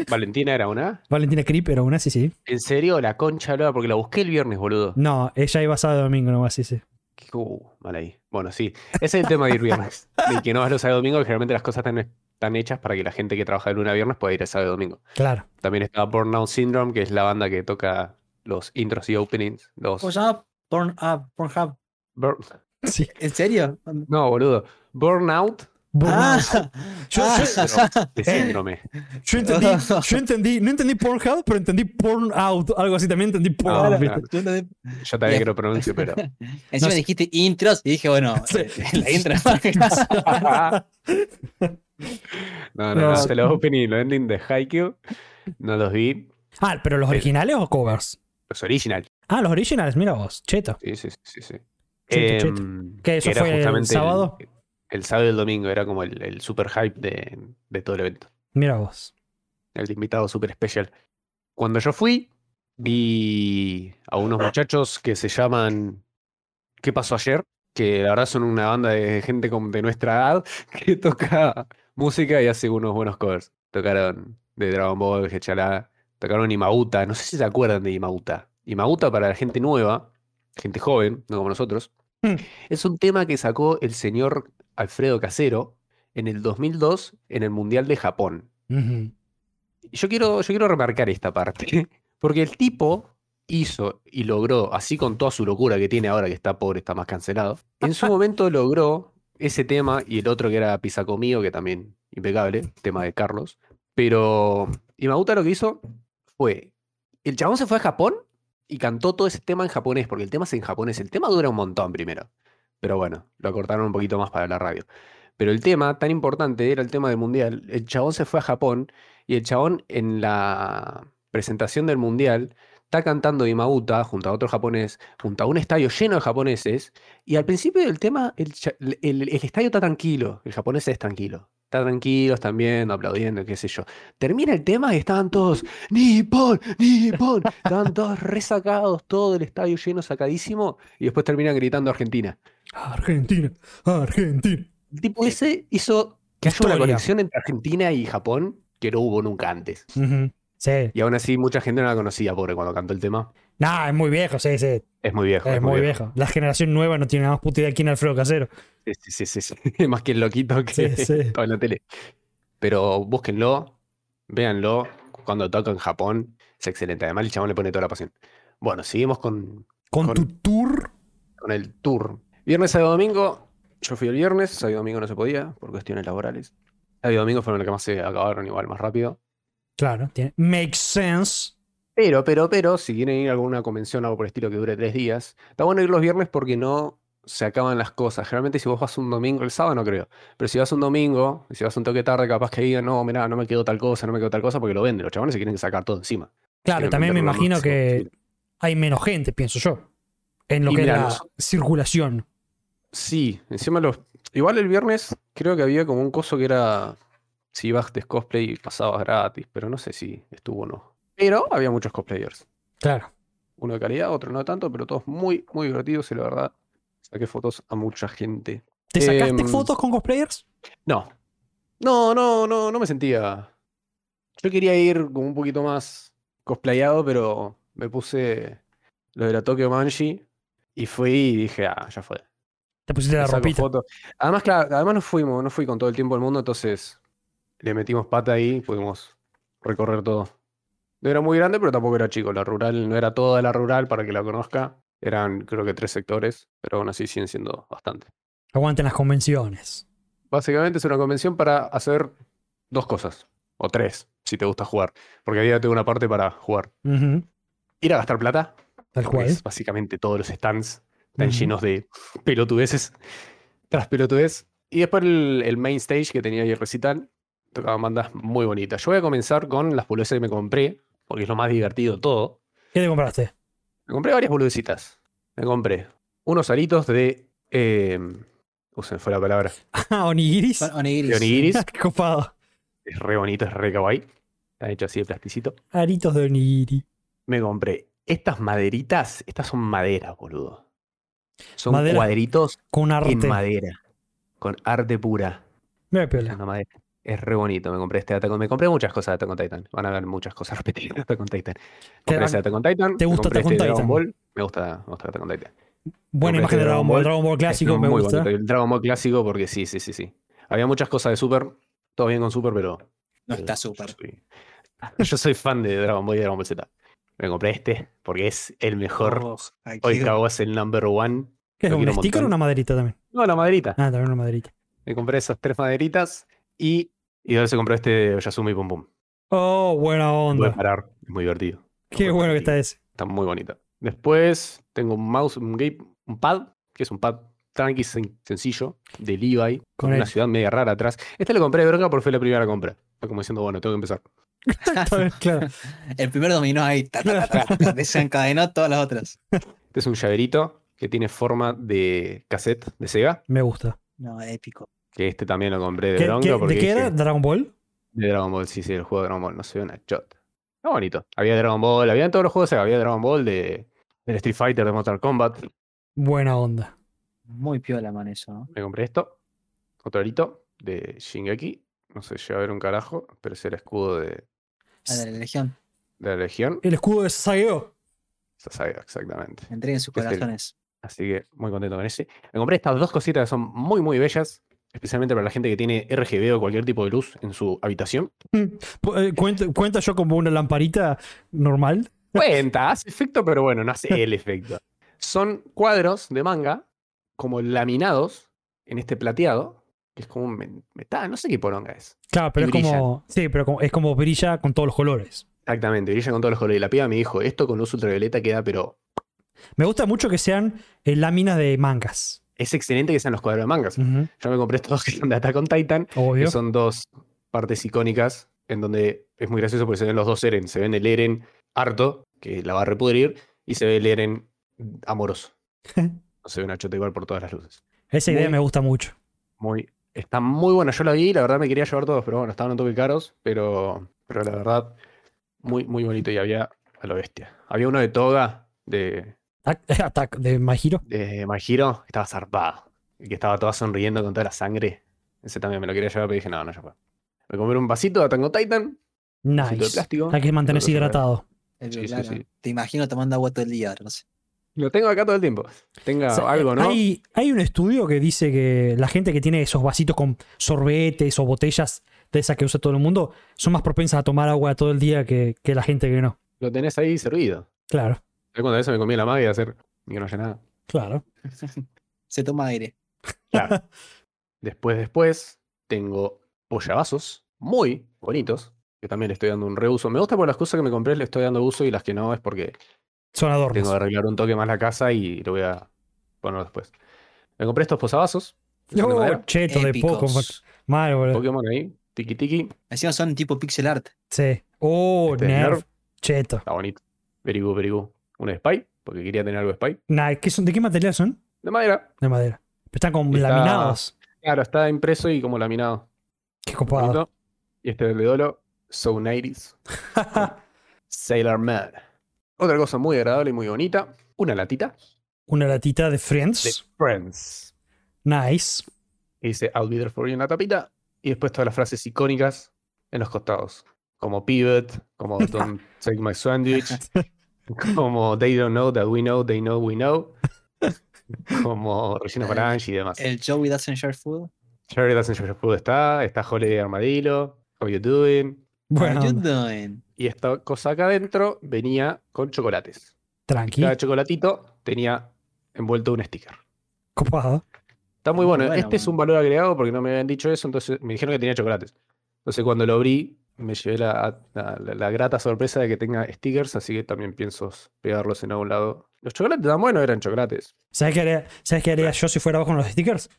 Valentina era una. Valentina Creep era una, sí, sí. En serio, la concha loa, porque la busqué el viernes, boludo. No, ella iba sábado y domingo nomás, sí, sí. Uh, mal ahí. Bueno, sí. Ese es el tema de ir viernes. De que no vas los sábados y domingos, que generalmente las cosas están están hechas para que la gente que trabaja de lunes a viernes pueda ir a sábado y domingo. Claro. También está Burnout Syndrome, que es la banda que toca los intros y openings. Los Pues up, porn up, Pornhub. Bur- Sí. ¿En serio? No, boludo. Burnout Burnout. Ah, Yo- ah, de síndrome. Yo entendí, yo entendí, no entendí Pornhub, pero entendí Porn Out, algo así, también entendí Porn. Ah, claro, ¿viste? yo no de- Yo también que lo pronuncio, pero. No Encima sé. dijiste intros y dije, bueno, eh, Sí. la intro. No, No. no, no. hasta los opening y los ending de Haikyuu no los vi. Ah, pero los originales o covers. Los original. Ah, los originales, mira vos, cheto. Sí, sí, sí, sí. sí. Cheto, cheto. Em, ¿Qué, eso que era fue el justamente sábado? El, sábado y el domingo era como el, el super hype de, de todo el evento. Mira vos. El invitado super especial. Cuando yo fui, vi a unos muchachos que se llaman ¿Qué pasó ayer? Que la verdad son una banda de gente con- de nuestra edad que toca música y hace unos buenos covers. Tocaron de Dragon Ball, Hechalá, tocaron Imauta. No sé si se acuerdan de Imauta. Imauta para la gente nueva, gente joven, no como nosotros. Mm. Es un tema que sacó el señor Alfredo Casero en el 2002 en el Mundial de Japón. Ujú. Yo quiero, yo quiero remarcar esta parte, porque el tipo hizo y logró, así con toda su locura que tiene ahora que está pobre, está más cancelado, en su momento logró ese tema y el otro que era Pisa Conmigo, que también impecable, tema de Carlos, pero Imauta lo que hizo fue, el chabón se fue a Japón y cantó todo ese tema en japonés, porque el tema es en japonés, el tema dura un montón primero, pero bueno, lo acortaron un poquito más para la radio. Pero el tema tan importante era el tema del mundial. El chabón se fue a Japón y el chabón en la presentación del mundial está cantando Imauta junto a otro japonés, junto a un estadio lleno de japoneses. Y al principio del tema, el, cha- el- el- el estadio está tranquilo, el japonés es tranquilo. Está tranquilo, están viendo, aplaudiendo, qué sé yo. Termina el tema y estaban todos, Nippon, Nippon. Estaban todos resacados, todo el estadio lleno, sacadísimo. Y después terminan gritando Argentina. Argentina, Argentina. El tipo ese hizo que haya una Historia. conexión entre Argentina y Japón que no hubo nunca antes. Ujú. Sí. Y aún así, mucha gente no la conocía, pobre, cuando cantó el tema. Nah, es muy viejo, sí, sí. Es muy viejo. Es muy viejo. La generación nueva no tiene nada más puta idea quién es Alfredo Casero. Sí, sí, sí, sí, sí. Más que el loquito que Sí, sí. estaba en la tele. Pero búsquenlo, véanlo. Cuando toca en Japón, es excelente. Además, el chabón le pone toda la pasión. Bueno, seguimos con, Con, Con- tu tour. con el tour. Viernes, sábado, domingo. Yo fui el viernes, sábado y domingo no se podía por cuestiones laborales. Sábado y domingo fueron los que más se acabaron igual, más rápido. Claro, tiene. Makes sense. Pero, pero, pero, si quieren ir a alguna convención o algo por el estilo que dure tres días, está bueno ir los viernes porque no se acaban las cosas. Generalmente si vos vas un domingo, el sábado no creo, pero si vas un domingo, y si vas un toque tarde, capaz que digan, no, mirá, no me quedó tal cosa, no me quedó tal cosa, porque lo venden, los chavales se quieren sacar todo encima. Claro, Quieren también me venderlo lo imagino máximo que posible. hay menos gente, pienso yo. En lo Y que es mira, la nos- circulación. Sí, encima los... Igual el viernes creo que había como un coso que era, si ibas de cosplay, pasabas gratis, pero no sé si estuvo o no. Pero había muchos cosplayers. Claro. uno de calidad, otro no tanto, pero todos muy, muy divertidos y la verdad, saqué fotos a mucha gente. ¿Te sacaste Em, fotos con cosplayers? No, no, no, no, no me sentía. Yo quería ir como un poquito más cosplayado, pero me puse lo de la Tokyo Manji y fui y dije, ah, ya fue. Te pusiste la Le saco ropita. foto. Además, claro, además no fuimos, no fui con todo el tiempo del mundo, entonces le metimos pata ahí y pudimos recorrer todo. No era muy grande, pero tampoco era chico. La rural no era toda la rural para que la conozca. Eran creo que tres sectores, pero aún así siguen siendo bastante. Aguanten las convenciones. Básicamente es una convención para hacer dos cosas, o tres, si te gusta jugar. Porque había tengo una parte para jugar. Ujú, Ir a gastar plata, Tal porque cual. es básicamente todos los stands están Ujú. llenos de pelotudeces tras pelotudez. Y después el, el main stage que tenía ahí el recital, tocaban bandas muy bonitas. Yo voy a comenzar con las boludeces que me compré, porque es lo más divertido de todo. ¿Qué te compraste? Me compré varias boludecitas. Me compré unos aritos de. Eh, uh, se me fue la palabra. Ah, onigiris. Bueno, onigiris. De onigiris. Qué copado. Es re bonito, es re kawaii. Está hecho así de plasticito. Aritos de onigiri. Me compré estas maderitas. Estas son maderas, boludo. Son Madera. cuadritos Con en arte. madera. Con arte pura. Mira, Es piola. una madera. Es re bonito. Me compré este Attack on- Me compré muchas cosas de Attack on Titan. Van a haber muchas cosas repetidas de Attack on Titan. Compré este Attack on Titan. te me gusta compré Attack on este Dragon Titan? Ball. Me gusta, me gusta Attack on Titan. Buena imagen de Dragon Ball. Dragon Ball Es clásico me muy gusta. bonito. El Dragon Ball clásico porque sí, sí, sí, sí. Había muchas cosas de Super. Todo bien con Super, pero. No eh, está yo súper. soy- Yo soy fan de Dragon Ball y Dragon Ball Z. Me compré este porque es el mejor. Oh, aquí- Hoy Cabo es el number one. ¿Qué es Lo un quiero un sticker o montón. una maderita también? No, la maderita. Ah, también una maderita. Me compré esas tres maderitas y. Y ahora se compró este de Oyasumi Pum Pum. Oh, buena Puede onda. parar. Es muy divertido. Qué puede bueno que está parar. ese. Está muy bonita. Después tengo un mouse, un, gate, un pad, que es un pad tranqui, sen- sencillo, de Levi, Con con una el- ciudad media rara atrás. Este lo compré de bronca porque fue la primera compra. Fue como diciendo, bueno, tengo que empezar. Está bien, claro. El primer dominó ahí. ta, ta, ta, ta, ta, desencadenó todas las otras. Este es un llaverito que tiene forma de cassette de Sega, Me gusta. No, épico. que este también lo compré de ¿Qué- bronca qué- porque ¿De qué era? dije, ¿Dragon Ball? de Dragon Ball, sí, sí, el juego de Dragon Ball, no se ve una chota. Está bonito. Había Dragon Ball, había en todos los juegos, de Sega, había Dragon Ball de, del Street Fighter, de Mortal Kombat. Buena onda. Muy piola, man, eso. ¿no? Me compré esto. Otro arito de Shingeki. No sé, llega a ver un carajo, pero es el escudo de, La de la legión. de la Legión. El escudo de Sasageo. Sasaido, exactamente. Entreguen sus Es el- corazones. Así que muy contento con ese. Me compré estas dos cositas que son muy, muy bellas. Especialmente para la gente que tiene RGB o cualquier tipo de luz en su habitación. Pu- eh, ¿Cuenta, cuenta yo como una lamparita normal? Cuenta, hace efecto, pero bueno, no hace el efecto. Son cuadros de manga, como laminados, en este plateado, que es como un men- metal, no sé qué poronga es. Claro, pero Y es como. Sí, pero como- es como brilla con todos los colores. Exactamente, brilla con todos los colores. Y la piba me dijo, esto con luz ultravioleta queda, pero Me gusta mucho que sean eh, láminas de mangas. es excelente que sean los cuadros de mangas. Ujú, Yo me compré estos dos que son de Attack on Titan, Obvio. que son dos partes icónicas en donde es muy gracioso porque se ven los dos Eren. Se ven el Eren harto, que la va a repudrir, y se ve el Eren amoroso. No se ve una chota igual por todas las luces. Esa idea muy- me gusta mucho. Muy, está muy buena. Yo la vi, la verdad me quería llevar todos, pero bueno, estaban un toque caros, pero, pero la verdad, muy, muy bonito. Y había a la bestia. Había uno de toga de, Attack, attack de My Hero. de My Hero estaba zarpado. Y que estaba toda sonriendo con toda la sangre. Ese también me lo quería llevar, pero dije, no, no, ya fue. Me compré un vasito de Tango Titan. un vasito de Nice. plástico. Hay que mantenerse Otro hidratado. El Sí, sí, claro. sí. Te imagino tomando agua todo el día. ahora, No sé. Lo tengo acá todo el tiempo. Tenga O sea, algo, ¿no? hay, hay un estudio que dice que la gente que tiene esos vasitos con sorbetes o botellas de esas que usa todo el mundo son más propensas a tomar agua todo el día que, que la gente que no. Lo tenés ahí servido. Claro, Yo cuando a veces me comía la magia de hacer y que no haya nada. claro. Se toma aire. Claro. después, después, tengo pollavasos muy bonitos. Que también le estoy dando un reuso. Me gusta por las cosas que me compré, le estoy dando uso y las que no es porque Son Tengo adornos. que arreglar un toque más la casa y lo voy a poner después. Me compré estos posavasos. que son de Oh, madera. cheto de poco. Épicos. Mal, boludo. Pokémon ahí. Tiki tiki. Encima son tipo pixel art. Sí. Oh, Este, nerf. Nerf. Cheto. Está bonito. Verigú, verigú. Un spy, porque quería tener algo spy. Nah, ¿qué son, ¿De qué material son? De madera. De madera. Pero están como Está- laminados. Claro, está impreso y como laminado. Qué copado. Bonito. Y este de Dolo, So 90s. Sailor Man. Otra cosa muy agradable y muy bonita. Una latita Una latita de de Friends. Friends. Nice. que dice I'll be there for you en la tapita, y después todas las frases icónicas en los costados, como pivot, como don't take my sandwich, como they don't know that we know, they know we know, como Regina Falange y demás. El Joey Doesn't Share Food. Sherry doesn't show your food está, está Holiday Armadillo, how you doing, Bueno, What you doing? y esta cosa acá adentro venía con chocolates. tranqui. Cada chocolatito tenía envuelto un sticker. Copado. Está muy bueno. Muy bueno, este es man. un valor agregado porque no me habían dicho eso, entonces me dijeron que tenía chocolates. Entonces cuando lo abrí, me llevé la, la- la- la grata sorpresa de que tenga stickers, así que también pienso pegarlos en algún lado. Los chocolates tan buenos eran chocolates. ¿Sabes qué haría, ¿sabes qué haría yo si fuera abajo con los stickers?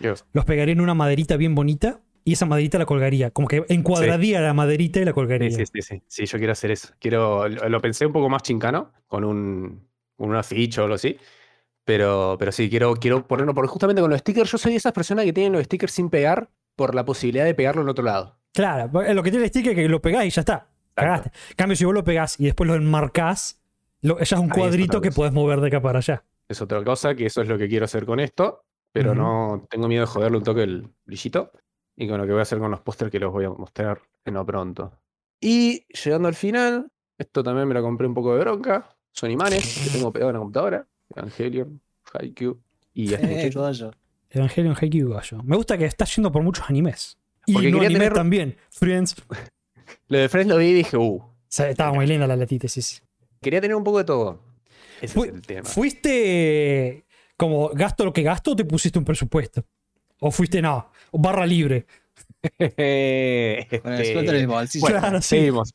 Dios. Los pegaría en una maderita bien bonita y esa maderita la colgaría. Como que encuadraría la maderita y la colgaría. Sí, sí, sí, sí, Sí, yo quiero hacer eso. Quiero, lo, lo pensé un poco más chincano, con un, con un afiche o algo así. Pero, pero sí, quiero, quiero ponerlo, porque justamente con los stickers, yo soy de esas personas que tienen los stickers sin pegar por la posibilidad de pegarlo en otro lado. Claro, eh, lo que tiene el sticker es que lo pegás y ya está. Cagaste. En cambio, si vos lo pegás y después lo enmarcás, lo- ya es un otra cuadrito que cosa. podés mover de acá para allá. es otra cosa, que eso es lo que quiero hacer con esto, pero Ujú. no tengo miedo de joderle un toque el brillito. Y con lo que voy a hacer con los póster que los voy a mostrar en lo pronto. Y llegando al final, esto también me lo compré un poco de bronca. Son imanes que tengo pegado en la computadora. Evangelion, Haikyuu y este Eh, muchacho. Goyo. Evangelion Haikyuu Gallo. Me gusta que está yendo por muchos animes. Y Porque no quería anime tener- también. Friends. Lo de Friends lo vi y dije, uh, O sea, estaba muy linda la latítesis. quería tener un poco de todo. Ese Fui- es el tema. ¿Fuiste como gasto lo que gasto o te pusiste un presupuesto? ¿O fuiste no? Barra libre. Con el sueldo en el bolsillo. Este, Eh, Bueno, Claro, sí. seguimos.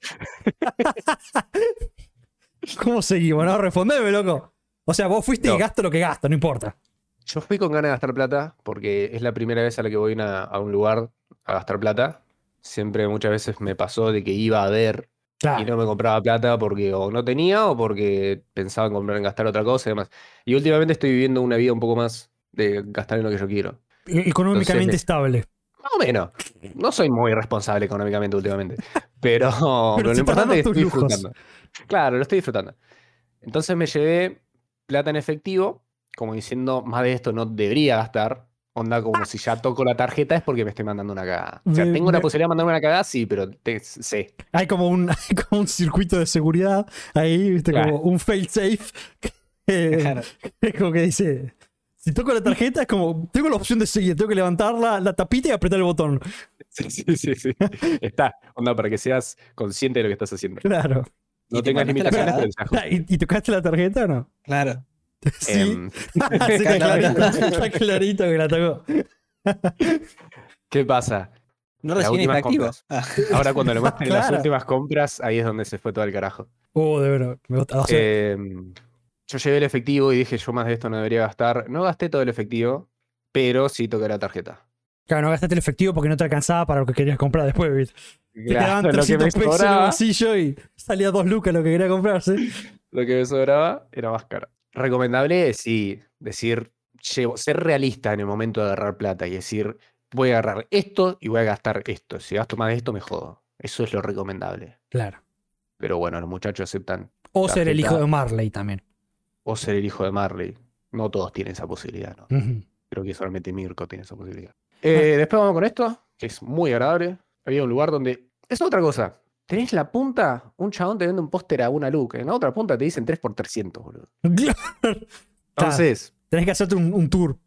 ¿Cómo seguimos? No, respondeme, loco. O sea, vos fuiste y No. gasto lo que gasto, no importa. Yo fui con ganas de gastar plata porque es la primera vez a la que voy una- a un lugar a gastar plata. Siempre, muchas veces me pasó de que iba a ver y Claro. no me compraba plata porque o no tenía o porque pensaba en comprar en gastar otra cosa y demás. Y últimamente estoy viviendo una vida un poco más de gastar en lo que yo quiero. E- Económicamente Entonces, eh, estable. Más o menos. No soy muy responsable económicamente últimamente. Pero, pero te lo importante es estás que dando estoy tus lujos. disfrutando. Claro, lo estoy disfrutando. Entonces me llevé plata en efectivo, como diciendo, más de esto no debería gastar. Onda, como si ya toco la tarjeta es porque me estoy mandando una cagada. O sea, Me- tengo una me- posibilidad de mandarme una cagada, sí, pero te- sé. Hay como un, hay como un circuito de seguridad ahí, ¿viste? Claro. Como un fail safe. Claro. Es como que dice. Si toco la tarjeta, es como. Tengo la opción de seguir. Tengo que levantar la, la tapita y apretar el botón. Sí, sí, sí, sí. Está. Onda, para que seas consciente de lo que estás haciendo. Claro. Ah, No ¿Y te tengas mandaste la limitaciones, cagada? pero seas justo. ¿Y, y tocaste la tarjeta o no? Claro. Sí. Em, Ah, sí, está, claro. clarito, está clarito que la tocó. ¿Qué pasa? No Las recién últimas está activo. Ah, Ahora cuando lo muestren en Claro. las últimas compras, ahí es donde se fue todo el carajo. Oh, de verdad. Me gusta. O sea, Em, yo llevé el efectivo y dije, yo más de esto no debería gastar. No gasté todo el efectivo, pero sí toqué la tarjeta. claro, no gastaste el efectivo porque no te alcanzaba para lo que querías comprar después, ¿viste? Te quedaban Claro, lo, que 300 me pesos en el sobraba, bolsillo y salía dos lucas lo que quería comprarse. lo que me sobraba era más caro. Recomendable, sí, decir, llevo, ser realista en el momento de agarrar plata y decir, voy a agarrar esto y voy a gastar esto. Si gasto más de esto, me jodo. Eso es lo recomendable. Claro. Pero bueno, los muchachos aceptan O ser el Tarjeta. hijo de Marley también. o ser el hijo de Marley. No todos tienen esa posibilidad, ¿no? Ujú. Creo que solamente Mirko tiene esa posibilidad. Eh, después vamos con esto, que es muy agradable. Había un lugar donde. Es otra cosa. Tenés la punta, un chabón te vende un póster a una luz. En la otra punta te dicen 3x300, boludo. Ah. Entonces, Tenés que hacerte un, un tour.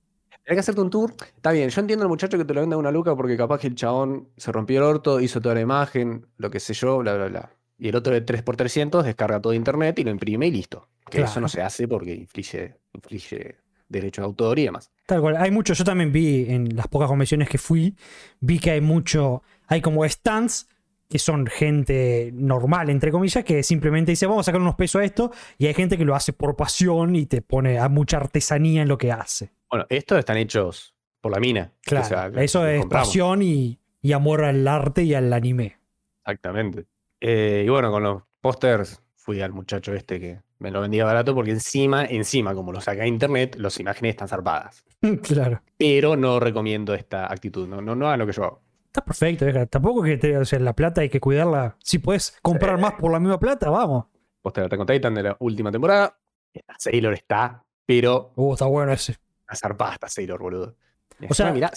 tenés que hacerte un tour. Está bien, yo entiendo al muchacho que te lo vende a una luca porque capaz que el chabón se rompió el orto, hizo toda la imagen, lo que sé yo, bla, bla, bla. Y el otro de 3x300 descarga todo internet y lo imprime y listo. Que eso Claro. no se hace porque inflige, inflige derechos de autor y demás. Tal cual. Hay mucho, yo también vi en las pocas convenciones que fui, vi que hay mucho, hay como stands que son gente normal, entre comillas, que simplemente dice, vamos a sacar unos pesos a esto, y hay gente que lo hace por pasión y te pone a mucha artesanía en lo que hace. Bueno, estos están hechos por la mina. que Claro, se va- que eso los es compramos. pasión y, y amor al arte y al anime. Exactamente. Eh, y bueno, con los pósters fui al muchacho este que me lo vendía barato porque encima, encima, como lo saca de internet, las imágenes están zarpadas. claro. Pero no recomiendo esta actitud, no, no, no hagan lo que yo hago. Está perfecto, vieja. tampoco que te, o sea, la plata hay que cuidarla. Si puedes comprar más por la misma plata, vamos. Póster de Attack on Titan de la última temporada. Esta Sailor está, pero Uh, está bueno ese. está zarpada esta Sailor, boludo. Y O sea, encima mirá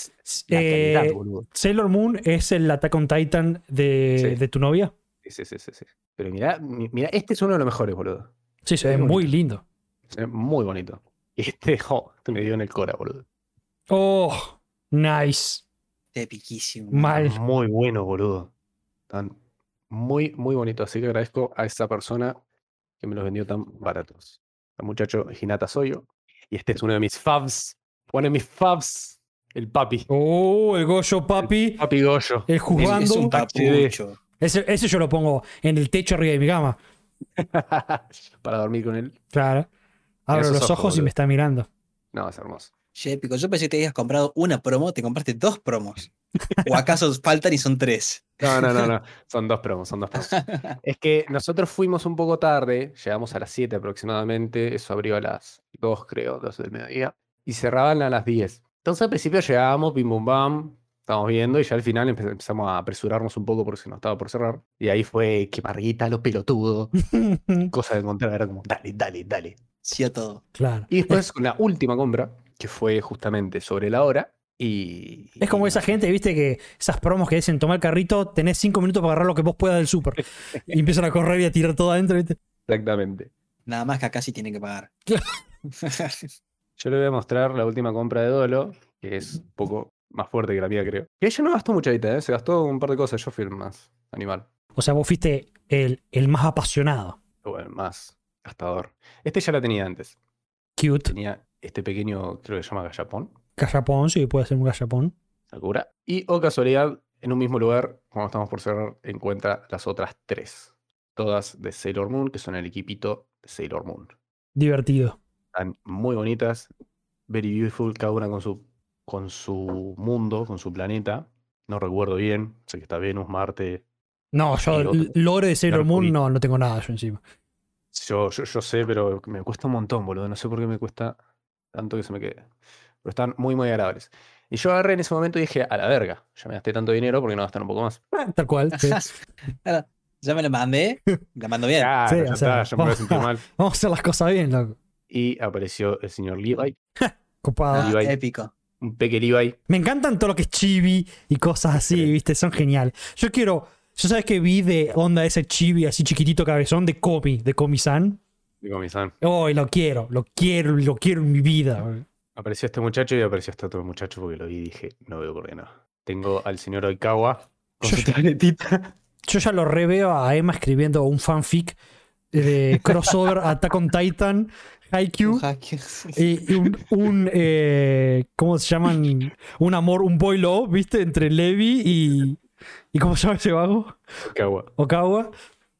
la Eh, calidad, boludo. Sailor Moon es el Attack on Titan de, Sí. de tu novia. Sí, sí, sí, sí, sí. Pero mirá, mi- mirá, este es uno de los mejores, boludo. Sí, se ve Qué muy bonito. lindo. Se ve Muy bonito. Y este, jo, este me dio en el cora, boludo. Oh, nice. Qué piquísimo. Mal. Muy bueno, boludo. Tan muy, muy bonito. Así que agradezco a esa persona que me los vendió tan baratos. El muchacho Hinata Soyo. Y este es uno de mis faves. Uno de mis faves. El papi. Oh, el Goyo Papi, Papi Goyo. el Es- juzgando. Es un HD. papucho. ese, ese yo lo pongo en el techo arriba de mi cama. Para dormir con él. Claro. Abro esos los ojos, ojos y boludo. me está mirando. No, es hermoso. Che, Pico, yo pensé que te habías comprado una promo, te compraste dos promos. ¿O acaso faltan y son tres? No, no, no, no. Son dos promos, son dos promos. Es que nosotros fuimos un poco tarde, llegamos a las 7 aproximadamente, eso abrió a las 2, creo, 2 del mediodía, y cerraban a las 10. Entonces al principio llegábamos, pim bum bam, estábamos viendo, y ya al final empe- empezamos a apresurarnos un poco porque se nos estaba por cerrar. Y ahí fue que Marguita, lo pelotudo, cosa de encontrar, era como, dale, dale, dale. Sí a todo. claro. Y después con la última compra, que fue justamente sobre la hora, y... Es como y esa no- gente, viste, que esas promos que dicen tomar el carrito, tenés cinco minutos para agarrar lo que vos puedas del súper. Y empiezan a correr y a tirar todo adentro, ¿viste? Exactamente. Nada más que acá sí tienen que pagar. Claro. Yo le voy a mostrar la última compra de Dolo, que es un poco más fuerte que la mía, creo. Y ella no gastó mucha guita, ¿eh? se gastó un par de cosas. Yo fui el más animal, O sea, vos fuiste el, el más apasionado. o el más gastador. Este ya la tenía antes. Cute. Tenía este pequeño, creo que se llama gallapón, Gallapón, sí, puede ser un gallapón. Sakura. Y, o casualidad, en un mismo lugar, cuando estamos por cerrar, encuentra las otras tres. Todas de Sailor Moon, que son el equipito de Sailor Moon. Divertido. Están muy bonitas, very beautiful, cada una con su, con su mundo, con su planeta. No recuerdo bien, sé que está Venus, Marte. No, yo El otro. l- lore de Sailor Moon Mercury. no, no tengo nada yo encima. Yo, yo, yo sé, pero me cuesta un montón, boludo. No sé por qué me cuesta tanto que se me quede. Pero están muy, muy agradables. Y yo agarré en ese momento y dije, a la verga, ya me gasté tanto dinero porque no gastar un poco más. Ah, Tal cual. sí. Ahora, ya me la mandé, la mando bien. Claro, Sí, ya o está, sea, ya me voy a sentir mal. Vamos a hacer las cosas bien, loco. Y apareció el señor Levi, Copado. Ah, Levi. épico. un peque Levi. Me encantan todo lo que es chibi y cosas así, Sí. ¿viste? Son genial. Yo quiero. Yo sabes que vi de onda ese chibi así chiquitito cabezón de Komi, de Komi-san. Digo, mi san. Oh, y lo quiero, lo quiero, lo quiero en mi vida. Apareció este muchacho y apareció este otro muchacho porque lo vi y dije, no veo por qué no. Tengo al señor Oikawa con Yo- su tabletita. Yo ya lo reveo a Emma escribiendo un fanfic de crossover Attack on Titan, Haikyuu. Un hack. Y y un, un, eh, ¿cómo se llaman? Un amor, un boy love, ¿viste? Entre Levi y. ¿Y cómo se llama ese vago? Oikawa. Okawa.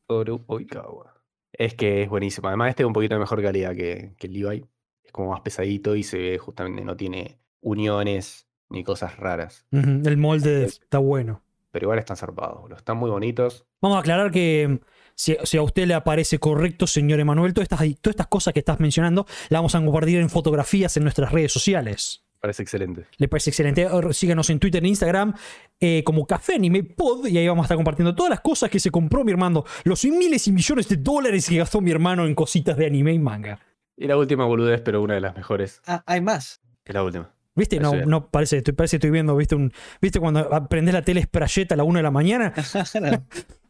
Toru Oikawa. Es que es buenísimo. Además, este es un poquito de mejor calidad que, que el Levi. Es como más pesadito y se ve justamente, no tiene uniones ni cosas raras. Ujú, El molde está bueno. Pero igual están zarpados, boludo. Están muy bonitos. Vamos a aclarar que mm, si, si a usted le aparece correcto, señor Emanuel, todas estas, todas estas cosas que estás mencionando las vamos a compartir en fotografías en nuestras redes sociales. Parece excelente. Le parece excelente. Or- Síganos en Twitter e Instagram eh, como Café Anime Pod y ahí vamos a estar compartiendo todas las cosas que se compró mi hermano, los miles y millones de dólares que gastó mi hermano en cositas de anime y manga. Y la última boludez, pero una de las mejores. Ah, hay más. Es la última. ¿Viste? No, Eso es. no parece, estoy, parece que estoy viendo, ¿viste? Un, ¿Viste cuando aprendés la tele esprayeta a la 1 de la mañana?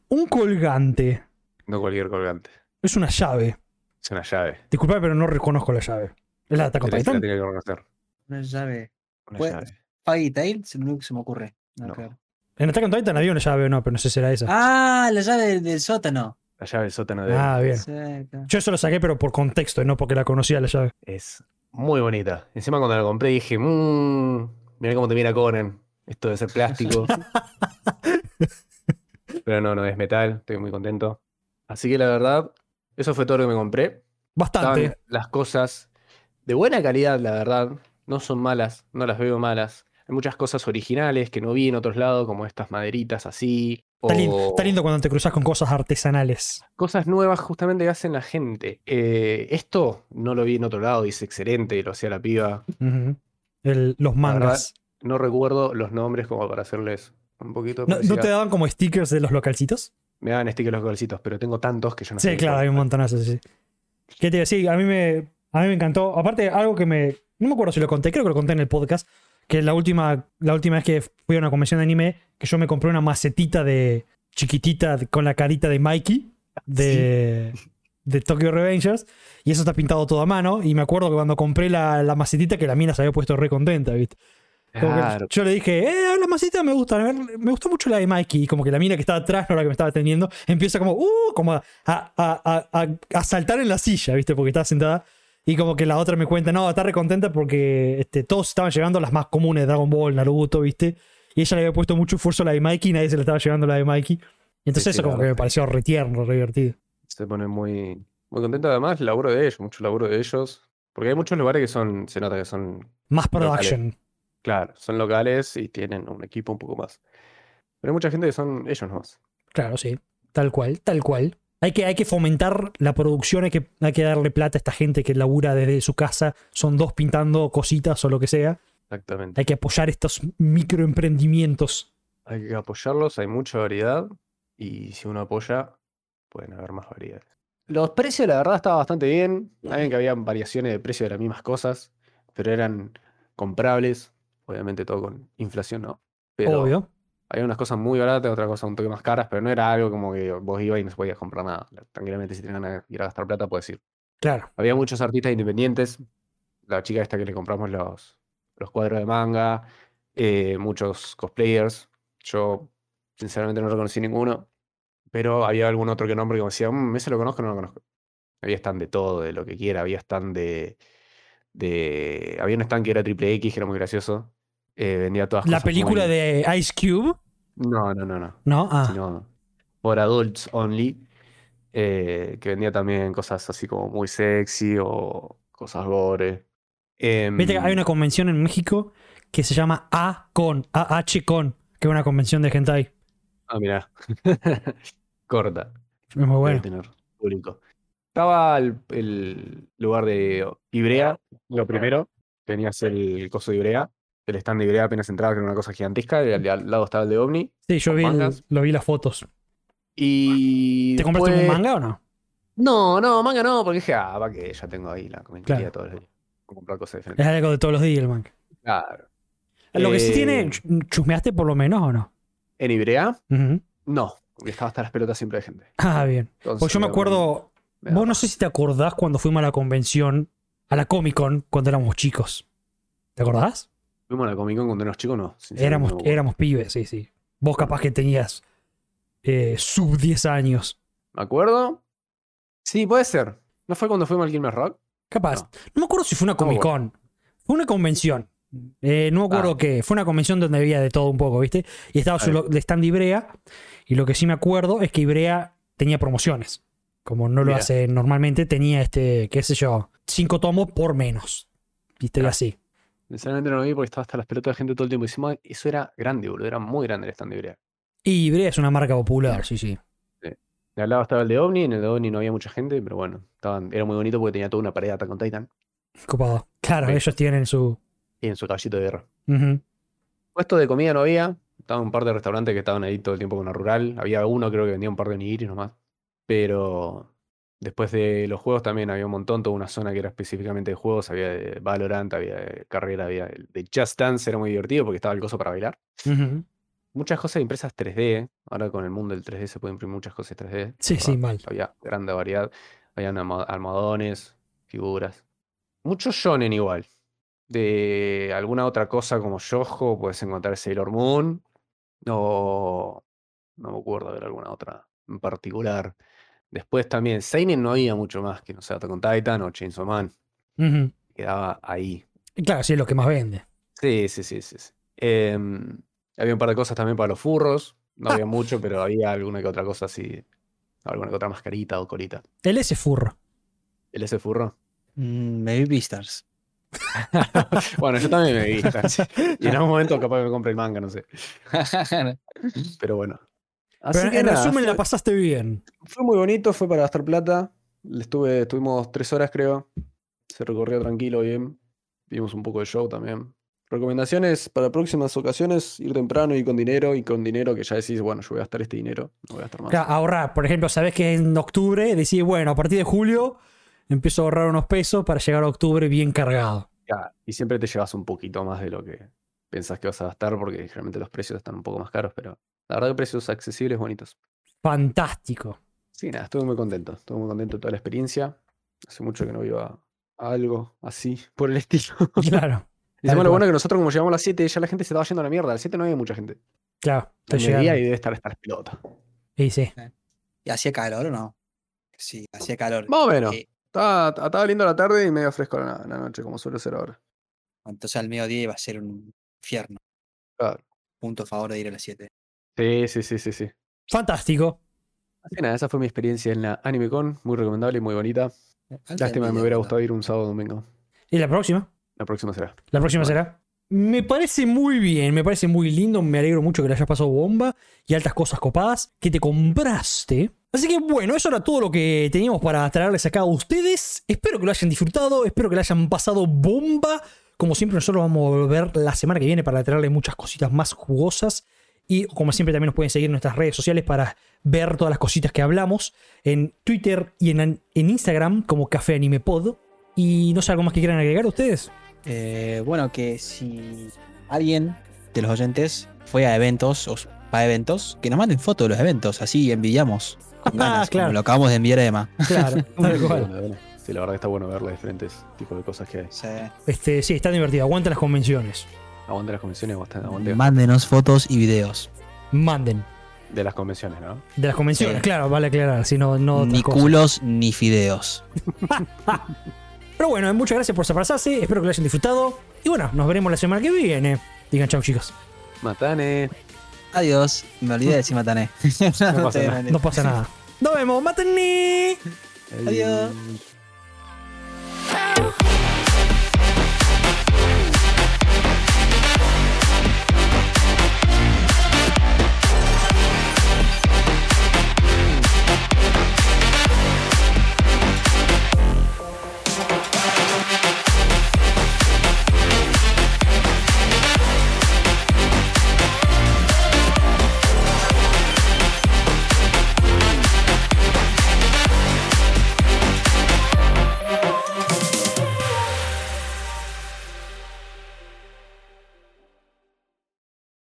Un colgante. No cualquier colgante. Es una llave. Es una llave. Disculpad, pero no reconozco la llave. Es la de Attack on Tenés- la Titan. tenés que reconocer. Una llave. Una Pues- llave. Fairy Tail, es lo único que se me ocurre. No No. creo. En Attack on Titan había una llave o no, pero no sé si era esa. Ah, la llave del, del sótano. La llave del sótano de... Ah, bien. Sí, claro. Yo eso lo saqué, pero por contexto y no porque la conocía la llave. Es muy bonita. Encima cuando la compré dije, mmm, mirá cómo te mira Conan. Esto debe ser plástico. Pero no, no es metal. Estoy muy contento. Así que la verdad, eso fue todo lo que me compré. Estaban Bastante. las cosas de buena calidad, la verdad. No son malas, no las veo malas. Hay muchas cosas originales que no vi en otros lados, como estas maderitas así. Está, lin- o- está lindo cuando te cruzas con cosas artesanales. cosas nuevas justamente que hacen la gente. Eh, esto no lo vi en otro lado, dice excelente, lo hacía la piba. Ujú. El- los mangas. No recuerdo los nombres como para hacerles un poquito. de ¿No, no publicidad. te daban como stickers de los localcitos? Me dan stickers los golcitos, pero tengo tantos que yo no sé. Sí, ni claro, cuál. hay un montonazo. Sí. ¿Qué te iba a decir? A mí me, a mí me encantó. Aparte, algo que me. No me acuerdo si lo conté, creo que lo conté en el podcast. Que la última, la última vez que fui a una convención de anime, que yo me compré una macetita de chiquitita de- con la carita de Mikey de, de Tokyo Revengers. Y eso está pintado todo a mano. Y me acuerdo que cuando compré la, la macetita, que la mina se había puesto re contenta, ¿viste? Como que Claro. Yo le dije, eh, la masita me gusta, me gustó mucho la de Mikey. Y como que la mina que estaba atrás, no la que me estaba atendiendo, empieza como, uh, como a, a- a- a- a saltar en la silla, ¿viste? Porque estaba sentada. Y como que la otra me cuenta, no, está recontenta porque este, todos estaban llevando las más comunes, Dragon Ball, Naruto, ¿viste? Y ella le había puesto mucho esfuerzo a la de Mikey y nadie se le estaba llevando la de Mikey. Y entonces eso Sí, sí, la como que me verdad. pareció re tierno, re divertido. Se pone muy, muy contento. Además, el laburo de ellos, mucho laburo de ellos. Porque hay muchos lugares que son, se nota que son, Más Locales. production. claro, son locales y tienen un equipo un poco más. Pero hay mucha gente que son ellos nomás. Claro, sí. Tal cual, tal cual. Hay que, hay que fomentar la producción, hay que, hay que darle plata a esta gente que labura desde su casa. Son dos pintando cositas o lo que sea. Exactamente. Hay que apoyar estos microemprendimientos. Hay que apoyarlos, hay mucha variedad y si uno apoya, pueden haber más variedades. Los precios, la verdad, estaba bastante bien. Saben que había variaciones de precio de las mismas cosas, pero eran comprables. Obviamente todo con inflación, ¿no? Pero Obvio. había unas cosas muy baratas, otras cosas un toque más caras, pero no era algo como que vos ibas y no podías comprar nada. Tranquilamente, si tenían ganas de ir a gastar plata, puedes ir. Claro. Había muchos artistas independientes. La chica esta que le compramos los, los cuadros de manga. eh, muchos cosplayers. Yo, sinceramente, no reconocí ninguno. Pero había algún otro que nombre que me decía, mmm, ese lo conozco o no lo conozco. Había stand de todo, de lo que quiera. Había stand de. de... Había un stand que era triple X, que era muy gracioso. Eh, vendía todas La cosas muy- película de Ice Cube, No, no, no, no. ¿no? Ah, sino por adults only, eh, que vendía también cosas así como muy sexy o cosas gore. Em, Viste que hay una convención en México que se llama A-Con, A-H-Con, que es una convención de hentai. Ah, mirá. Corta. Es muy debe bueno. tener público. Estaba el, el lugar de Ibrea, lo primero. Tenías el coso de Ibrea. El stand de Ibrea apenas entraba, que era una cosa gigantesca. y al, al lado estaba el de Omni. Sí, yo vi, el- mangas. lo vi las fotos. Y. ¿Te compraste un después- manga o no? No, no, manga no, porque dije, ah, va que ya tengo ahí la comiquería todos los días. Puedo comprar Es cosas diferentes. algo de todos los días el manga. Claro. Lo que sí Eh, tiene, ch- ¿chusmeaste por lo menos o no? ¿En Ibrea? Ujú. No, porque estaba hasta las pelotas siempre de gente. Ah, bien. Pues yo me acuerdo, vos no sé si te acordás cuando fuimos a la convención, a la Comic Con, cuando éramos chicos. ¿Te acordás? Fuimos a la Comic Con cuando éramos chicos, no. sinceramente Éramos, no me acuerdo. éramos pibes, sí, sí. Vos capaz que tenías eh, sub 10 años. ¿Me acuerdo? Sí, puede ser. ¿No fue cuando fuimos al Kilmer Rock? Capaz. No, No. me acuerdo si fue una No me Comic Con. Fue una convención. Eh, no me acuerdo Ah. qué. Fue una convención donde había de todo un poco, ¿viste? Y estaba su Ahí. lo- de stand Ibrea. Y lo que sí me acuerdo es que Ibrea tenía promociones. Como no lo Mira. hace normalmente, tenía este, qué sé yo, cinco tomos por menos. ¿Viste? Y Ah. así. Sinceramente no lo vi porque estaba hasta las pelotas de gente todo el tiempo. Y encima eso era grande, boludo. Era muy grande el stand de Ibrea. Y Ibrea es una marca popular, sí, sí. De al lado estaba el de OVNI. En el de OVNI no había mucha gente, pero bueno. estaban- era muy bonito porque tenía toda una pared de Attack on Titan. Copado. Claro, Sí. ellos tienen su. Y en su caballito de guerra. Ujú. Puestos de comida no había. Estaban un par de restaurantes que estaban ahí todo el tiempo con la rural. Había uno, creo que vendía un par de nigiris nomás. Pero después de los juegos también había un montón, toda una zona que era específicamente de juegos. Había de Valorant, había de carrera, había de de Just Dance, era muy divertido porque estaba el coso para bailar. Ujú. Muchas cosas impresas 3D. Ahora con el mundo del 3D se pueden imprimir muchas cosas 3D. Sí, sí, ¿verdad? mal. Había grande variedad. Habían alma- almohadones, figuras. Muchos shonen igual. De alguna otra cosa como Yojo, puedes encontrar Sailor Moon. O no me acuerdo de alguna otra en particular. Después también, Seinen no había mucho más que no sea Attack on Titan o Chainsaw Man. Ujú. Quedaba ahí. Y claro, sí, es lo que más vende. Sí, sí, sí, sí. sí. Em, había un par de cosas también para los furros. No había mucho, pero había alguna que otra cosa así. Alguna que otra mascarita o colita. El S furro. ¿El ese furro? Mm, me vi Beastars. Bueno, yo también me vi. así. Y en algún momento capaz que me compre el manga, no sé. Pero bueno. Así Pero que en nada, resumen, la fue, pasaste bien. fue muy bonito, fue para gastar plata. Le Estuve, estuvimos tres horas, creo. Se recorrió tranquilo, bien. Vimos un poco de show también. Recomendaciones para próximas ocasiones, ir temprano y con dinero, y con dinero que ya decís, bueno, yo voy a gastar este dinero, no voy a gastar más. Claro, ahorrar. Por ejemplo, sabes que en octubre decís, bueno, a partir de julio empiezo a ahorrar unos pesos para llegar a octubre bien cargado. Ya, Y siempre te llevas un poquito más de lo que pensás que vas a gastar, porque generalmente los precios están un poco más caros, pero la verdad que precios accesibles, bonitos. Fantástico. Sí, nada, estuve muy contento. Estuve muy contento de toda la experiencia. Hace mucho que no iba a algo así, por el estilo. Claro, Y encima cual. lo bueno es que nosotros, como llegamos a las 7, ya la gente se estaba yendo a la mierda. A las 7 no había mucha gente. claro. Al Estoy mediodía y llegando. debe estar hasta las pelotas. Y sí. ¿Y hacía calor o no? Sí, hacía calor. Más o menos. Eh, Estaba, estaba lindo la tarde y medio fresco la, la noche, como suele ser ahora. entonces al mediodía iba a ser un infierno. Claro. Punto a favor de ir a las 7. Sí, sí, sí, sí, sí. Fantástico. Así que nada, esa fue mi experiencia en la AnimeCon. Muy recomendable y muy bonita. Lástima que me hubiera gustado ir un sábado o domingo. ¿Y la próxima? La próxima será. La próxima Bueno. será. Me parece muy bien, me parece muy lindo, me alegro mucho que le hayas pasado bomba y altas cosas copadas que te compraste. Así que bueno, eso era todo lo que teníamos para traerles acá a ustedes. Espero que lo hayan disfrutado, espero que lo hayan pasado bomba. Como siempre, nosotros vamos a volver la semana que viene para traerles muchas cositas más jugosas. Y como siempre, también nos pueden seguir en nuestras redes sociales para ver todas las cositas que hablamos en Twitter y en, en Instagram como Café Anime Pod. Y no sé, algo más que quieran agregar ustedes. Eh, bueno, que si alguien de los oyentes fue a eventos o s- va a eventos, que nos manden fotos de los eventos, así envidiamos. Con Ah, ganas, como claro. lo acabamos de enviar a Emma. Claro, tal cual. Sí, la verdad que está bueno ver los diferentes tipos de cosas que hay. Sí. Este, sí, está divertido. Aguanta las convenciones. Aguante las convenciones, bastante. Aguante Mándenos fotos y videos. Manden. de las convenciones, ¿no? De las convenciones, Sí. claro, vale aclarar. Si no, no otra ni cosa. culos ni fideos. Pero bueno, eh, muchas gracias por separarse. Espero que lo hayan disfrutado. Y bueno, nos veremos la semana que viene. Digan chau, chicos. Matane. Adiós. Me olvidé de decir matané. pasa nada. No pasa nada. Nos vemos. Maten. Adiós. Ey.